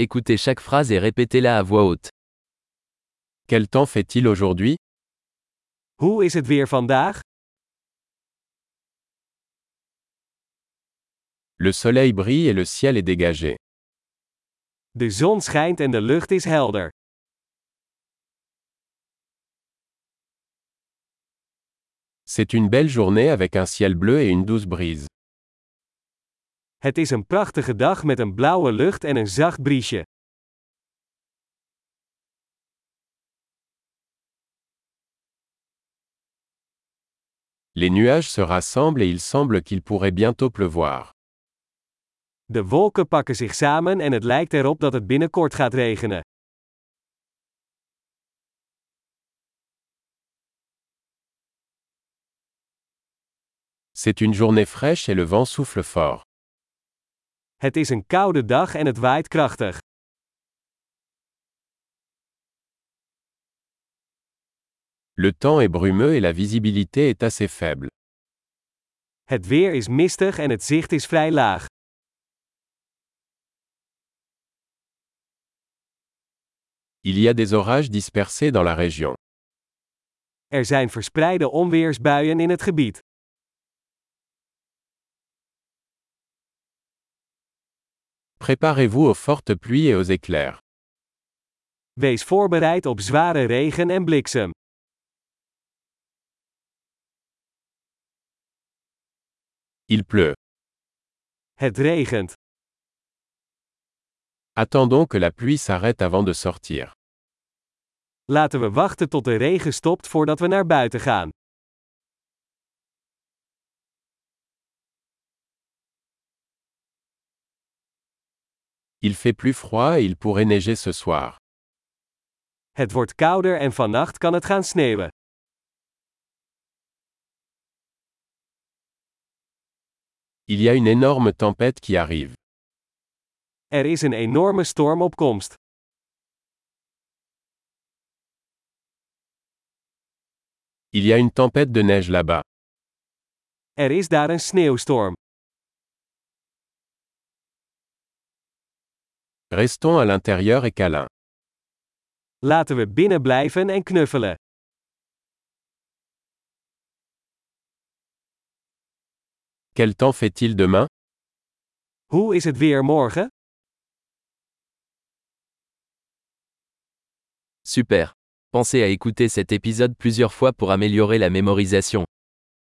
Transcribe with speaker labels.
Speaker 1: Écoutez chaque phrase et répétez-la à voix haute. Quel temps fait-il aujourd'hui
Speaker 2: Hoe is het weer vandaag?
Speaker 1: Le soleil brille et le ciel est dégagé.
Speaker 2: De zon schijnt en de lucht is helder.
Speaker 1: C'est une belle journée avec un ciel bleu et une douce brise.
Speaker 2: Het is een prachtige dag met een blauwe lucht en een zacht briesje.
Speaker 1: Les nuages se rassemblent et il semble qu'il pourrait bientôt pleuvoir.
Speaker 2: De wolken pakken zich samen en het lijkt erop dat het binnenkort gaat regenen.
Speaker 1: C'est une journée fraîche et le vent souffle fort.
Speaker 2: Het is een koude dag en het waait krachtig.
Speaker 1: Le temps est brumeux et la visibilité est assez faible.
Speaker 2: Het weer is mistig en het zicht is vrij laag.
Speaker 1: Il y a des orages dispersés dans la région.
Speaker 2: Er zijn verspreide onweersbuien in het gebied.
Speaker 1: Préparez-vous aux fortes pluies et aux éclairs.
Speaker 2: Wees voorbereid op zware regen en bliksem.
Speaker 1: Il pleut.
Speaker 2: Het regent.
Speaker 1: Attendons que la pluie s'arrête avant de sortir.
Speaker 2: Laten we wachten tot de regen stopt voordat we naar buiten gaan.
Speaker 1: Il fait plus froid et il pourrait neiger ce soir.
Speaker 2: Het wordt kouder en vannacht kan het gaan sneeuwen.
Speaker 1: Il y a une énorme tempête qui arrive.
Speaker 2: Er is een enorme storm op komst.
Speaker 1: Il y a une tempête de neige là-bas.
Speaker 2: Er is daar een sneeuwstorm.
Speaker 1: Restons à l'intérieur et câlin.
Speaker 2: Laten we binnen blijven en knuffelen.
Speaker 1: Quel temps fait-il demain
Speaker 2: Hoe is het weer morgen?
Speaker 3: Super. Pensez à écouter cet épisode plusieurs fois pour améliorer la mémorisation.